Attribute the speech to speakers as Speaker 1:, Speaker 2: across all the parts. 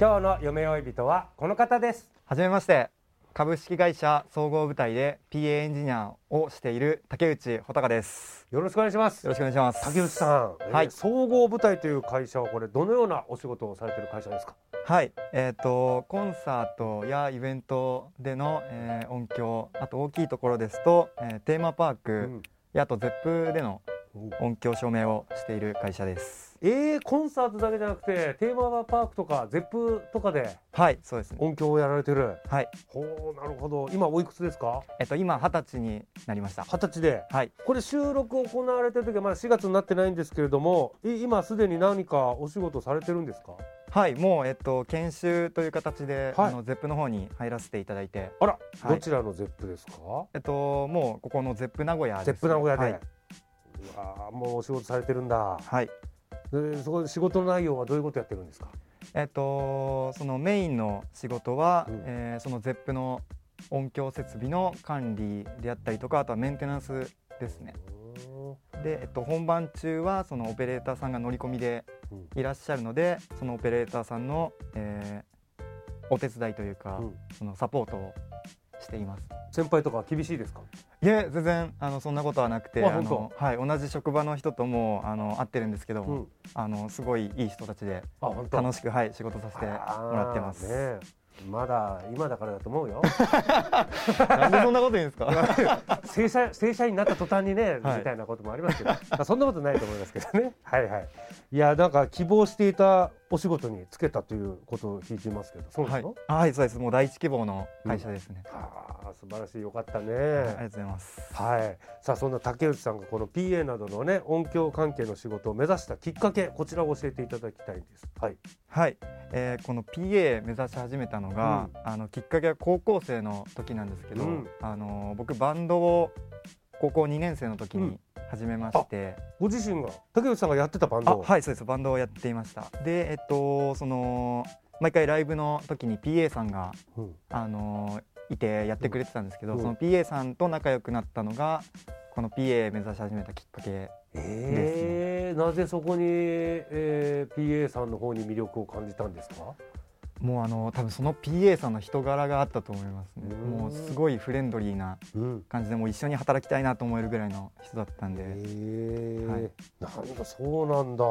Speaker 1: 今日の夢追い人はこの方です
Speaker 2: はじめまして株式会社総合部隊で PA エンジニアをしている竹内穂高です
Speaker 1: よろしくお願いします
Speaker 2: よろしくお願いします
Speaker 1: 竹内さん、
Speaker 2: はい
Speaker 1: えー総合部隊という会社はこれどのようなお仕事をされている会社ですか
Speaker 2: はいえっ、とコンサートやイベントでの、えー音響あと大きいところですと、えーテーマパーク、
Speaker 1: ん
Speaker 2: やあとゼップでの音響照明をしている会社です
Speaker 1: えー、コンサートだけじゃなくてテーマパークとかゼップとかで
Speaker 2: はいそうですね
Speaker 1: 音響をやられてる
Speaker 2: はい
Speaker 1: ほうなるほど今おいくつですか
Speaker 2: えっ、と今二十歳になりました
Speaker 1: 二十歳で
Speaker 2: はい
Speaker 1: これ収録行われてる時はまだ4月になってないんですけれどもい今すでに何かお仕事されてるんですか
Speaker 2: はいもうえっ、と研修という形で、
Speaker 1: はい
Speaker 2: あのゼップの方に入らせていただいて
Speaker 1: あら、
Speaker 2: はい
Speaker 1: どちらのゼップですか
Speaker 2: えっ、ともうここのゼップ名古屋です
Speaker 1: ゼップ名古屋で、
Speaker 2: はいう
Speaker 1: わあもうお仕事されてるんだ
Speaker 2: はい
Speaker 1: でそこで仕事の内容はどういうことやってるんですか
Speaker 2: えっと、そのメインの仕事は、
Speaker 1: うん
Speaker 2: えーその ZEP の音響設備の管理であったりとかあとはメンテナンスですねで、えっと、本番中はそのオペレーターさんが乗り込みで
Speaker 1: うん
Speaker 2: いらっしゃるので、そのオペレーターさんの、えーお手伝いというか、
Speaker 1: うん
Speaker 2: そのサポートをしています
Speaker 1: 先輩とか厳しいですか
Speaker 2: いえ全然あのそんなことはなくて
Speaker 1: あ
Speaker 2: あ
Speaker 1: 本
Speaker 2: の、はい、同じ職場の人ともあの会ってるんですけども、
Speaker 1: うん
Speaker 2: あのすごいいい人たちで
Speaker 1: あ本当
Speaker 2: 楽しく、はい、仕事させてもらってます。
Speaker 1: あーねえまだ今だからだと思うよ
Speaker 2: なんでそんなこと言うんです か。
Speaker 1: 正社正社員になった途端にね、
Speaker 2: はい
Speaker 1: みたいなこともあります けど、まあそんなことないと思いますけど ねはいはいいやなんか希望していたお仕事に就けたということを聞いていますけどそうな
Speaker 2: はい
Speaker 1: の、、
Speaker 2: あはい、そうです。もう第一希望の会社ですね。
Speaker 1: あー素晴らしいよかったね、
Speaker 2: ありがとうございます。
Speaker 1: はい、さあそんな竹内さんがこの PA などのね音響関係の仕事を目指したきっかけこちらを教えていただきたいんです。はい。
Speaker 2: はい、えーこの PA 目指し始めたのが、あのきっかけは高校生の時なんですけど、
Speaker 1: うん
Speaker 2: あの僕バンドを高校2年生の時
Speaker 1: う
Speaker 2: に
Speaker 1: ん
Speaker 2: 始めまして、
Speaker 1: ご自身が竹内さんがやってたバンド
Speaker 2: あ
Speaker 1: を。
Speaker 2: はいそうですバンドをやっていましたでえっとその毎回ライブの時に PA さんが
Speaker 1: うん
Speaker 2: あのいてやってくれてたんですけど、
Speaker 1: うん
Speaker 2: その PA さんと仲良くなったのがこの PA 目指し始めたきっかけ
Speaker 1: えーなぜそこに、えー PA さんの方に魅力を感じたんですか。
Speaker 2: もうあの多分その PA さんの人柄があったと思いますね
Speaker 1: うん
Speaker 2: もうすごいフレンドリーな
Speaker 1: うん。
Speaker 2: 感じでもう一緒に働きたいなと思えるぐらいの人だったん
Speaker 1: え
Speaker 2: で、
Speaker 1: ー
Speaker 2: はい
Speaker 1: なんかそうなんだ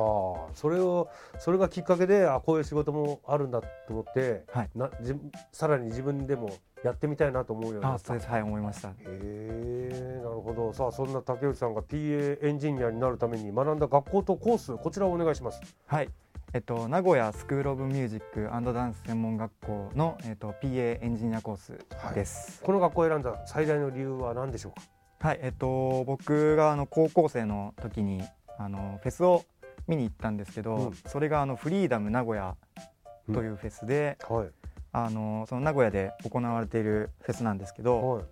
Speaker 1: それをそれがきっかけであこういう仕事もあるんだと思って、
Speaker 2: はい
Speaker 1: なじさらに自分でもやってみたいなと思うようにな
Speaker 2: あ
Speaker 1: った
Speaker 2: そうですはい思いました
Speaker 1: へえなるほどさあそんな竹内さんが PA エンジニアになるために学んだ学校とコースこちらをお願いします
Speaker 2: はいえっと名古屋スクール・オブ・ミュージックダンス専門学校の、えっと、PA エンジニアコースです
Speaker 1: この学校を選んだ最大の理由は何でしょうか
Speaker 2: はい、えっと僕があの高校生の時にあのフェスを見に行ったんですけど、
Speaker 1: うん
Speaker 2: それがあのフリーダム名古屋というフェスで、
Speaker 1: はい
Speaker 2: あのその名古屋で行われているフェスなんですけど、
Speaker 1: はい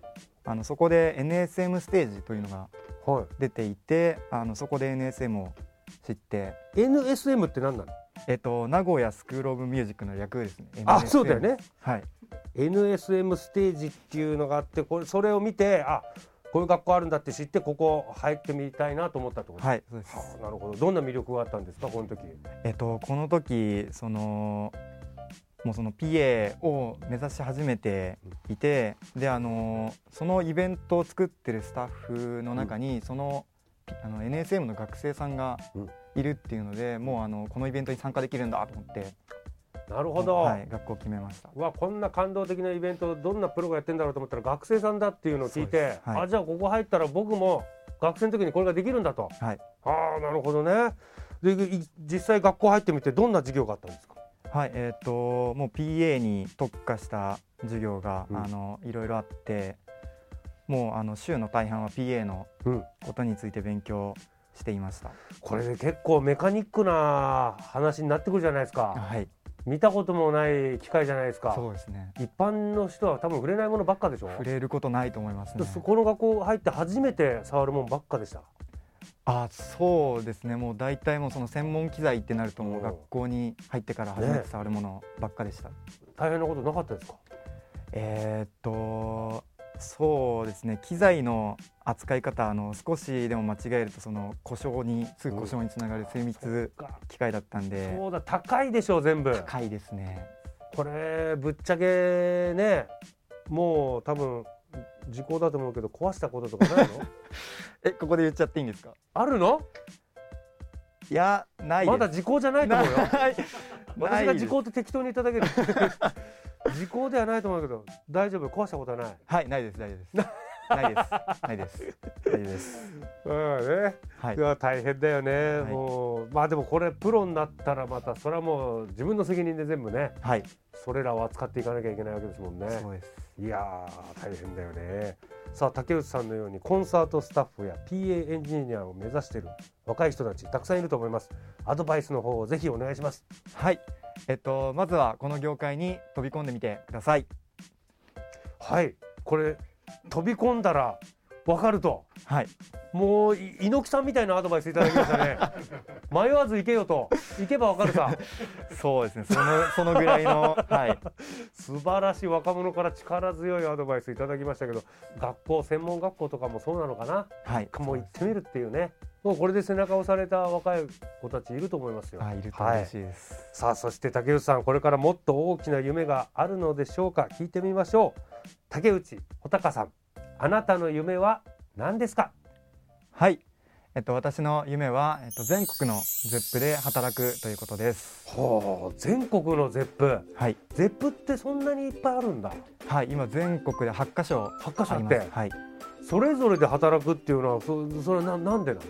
Speaker 2: あのそこで NSM ステージというのが
Speaker 1: はい
Speaker 2: 出ていてあのそこで NSM を知って
Speaker 1: NSM って何なの
Speaker 2: えっと名古屋スクール・オブ・ミュージックの略ですね
Speaker 1: あ
Speaker 2: NSM
Speaker 1: そうだよね
Speaker 2: はい
Speaker 1: NSM ステージっていうのがあってこれそれを見てあこういう学校あるんだって知ってここ入ってみたいなと思ったってこと
Speaker 2: はいそうです、
Speaker 1: はあなるほどどんな魅力があったんですかこの時
Speaker 2: えっとこの時そのもうその PA を目指し始めていてであのそのイベントを作ってるスタッフの中にそのあの NSM の学生さんが
Speaker 1: うん
Speaker 2: いるっていうのでもうあのこのイベントに参加できるんだと思って
Speaker 1: なるほど、
Speaker 2: はい、学校決めました
Speaker 1: うわこんな感動的なイベントどんなプロがやってんだろうと思ったら学生さんだっていうのを聞い
Speaker 2: そうで
Speaker 1: て
Speaker 2: す、はい
Speaker 1: あじゃあここ入ったら僕も学生の時にこれができるんだと、
Speaker 2: はい
Speaker 1: ああなるほどねでい実際学校入ってみてどんな授業があったんですか
Speaker 2: はいえっ、ともう PA に特化した授業が、
Speaker 1: うん
Speaker 2: あのいろいろあってもうあの週の大半は PA の
Speaker 1: うん
Speaker 2: ことについて勉強していました、
Speaker 1: これで結構メカニックな話になってくるじゃないですか
Speaker 2: はい
Speaker 1: 見たこともない機械じゃないですか
Speaker 2: そうですね
Speaker 1: 一般の人は多分触れないものばっかでしょ
Speaker 2: 触れることないと思いますね
Speaker 1: そこの学校入って初めて触るものばっかでした
Speaker 2: あそうですねもう大体もうその専門機材ってなると
Speaker 1: お
Speaker 2: もう
Speaker 1: う
Speaker 2: 学校に入ってから初め
Speaker 1: ね
Speaker 2: て触るものばっかでした、
Speaker 1: 大変なことなかったですか
Speaker 2: えーっとそうですね機材の扱い方あの少しでも間違えるとその故障にすぐ故障につながる精密機械だったんで
Speaker 1: そうだ高いでしょ全部
Speaker 2: 高いですね
Speaker 1: これぶっちゃけねもう多分時効だと思うけど壊したこととか ないの
Speaker 2: えここで言っちゃっていいんですか
Speaker 1: あるの
Speaker 2: いやないです
Speaker 1: まだ時効じゃないと思うよ
Speaker 2: ないな
Speaker 1: 私
Speaker 2: い
Speaker 1: が
Speaker 2: です
Speaker 1: 時効って適当にいただける時効ではないと思うけど大丈夫壊したことはない
Speaker 2: はいないです大丈夫ですないですないです 大丈夫です
Speaker 1: うんね
Speaker 2: はい
Speaker 1: いや大変だよね、
Speaker 2: はい
Speaker 1: もうまあでもこれプロになったらまたそれはもう自分の責任で全部ね
Speaker 2: はい
Speaker 1: それらを扱っていかなきゃいけないわけですもんね
Speaker 2: そうです
Speaker 1: いやー大変だよねさあ竹内さんのようにコンサートスタッフや PA エンジニアを目指している若い人たちたくさんいると思いますアドバイスの方をぜひお願いします
Speaker 2: はいえっとまずはこの業界に飛び込んでみてください
Speaker 1: はいこれ飛び込んだらわかると
Speaker 2: はい
Speaker 1: もうい猪木さんみたいなアドバイスいただきました ね迷わず行けよと行けばわかるさ
Speaker 2: そうですねそ のそのぐらいのはい
Speaker 1: 素晴らしい若者から力強いアドバイスいただきましたけど学校専門学校とかもそうなのかな
Speaker 2: はい
Speaker 1: もう行ってみるっていうねもうこれで背中を押された若い子たちいると思いますよ、
Speaker 2: あいると嬉しいです、
Speaker 1: さあそして竹内さんこれからもっと大きな夢があるのでしょうか聞いてみましょう竹内穂高さんあなたの夢は何ですか
Speaker 2: はい、えっと私の夢はえっと全国のゼップで働くということです
Speaker 1: ほう全国のゼップ
Speaker 2: はい
Speaker 1: ゼップってそんなにいっぱいあるんだ
Speaker 2: はい今全国で8箇所
Speaker 1: 8箇所
Speaker 2: あ
Speaker 1: あっ
Speaker 2: りま
Speaker 1: て
Speaker 2: すはい
Speaker 1: それぞれで働くっていうのはそそれはななんでなの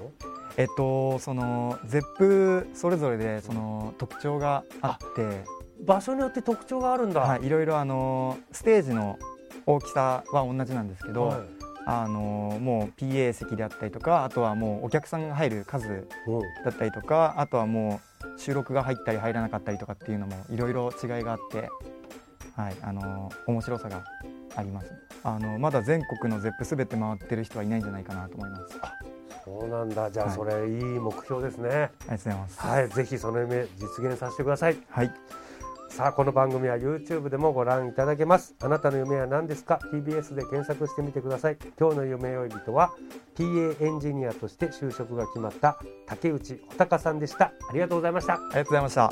Speaker 2: えっとそのゼップそれぞれでその特徴があって
Speaker 1: 場所によって特徴があるんだ、
Speaker 2: はいいろいろあのステージの大きさは同じなんですけど、
Speaker 1: はい
Speaker 2: あのもう PA 席であったりとかあとはもうお客さんが入る数
Speaker 1: うん
Speaker 2: だったりとかあとはもう収録が入ったり入らなかったりとかっていうのもいろいろ違いがあって、はい、あの面白さがありますあのまだ全国の ZEP すべて回ってる人はいないんじゃないかなと思いますあ
Speaker 1: そうなんだ。じゃあ
Speaker 2: はい
Speaker 1: それいい目標ですね。
Speaker 2: りがとうございます
Speaker 1: はい、ぜひその夢実現させてください。
Speaker 2: はい
Speaker 1: さあこの番組は YouTube でもご覧いただけます。あなたの夢は何ですか？TBS で検索してみてください。今日の夢追い人は PA エンジニアとして就職が決まった竹内穂高さんでした。ありがとうございました。
Speaker 2: ありがとうございました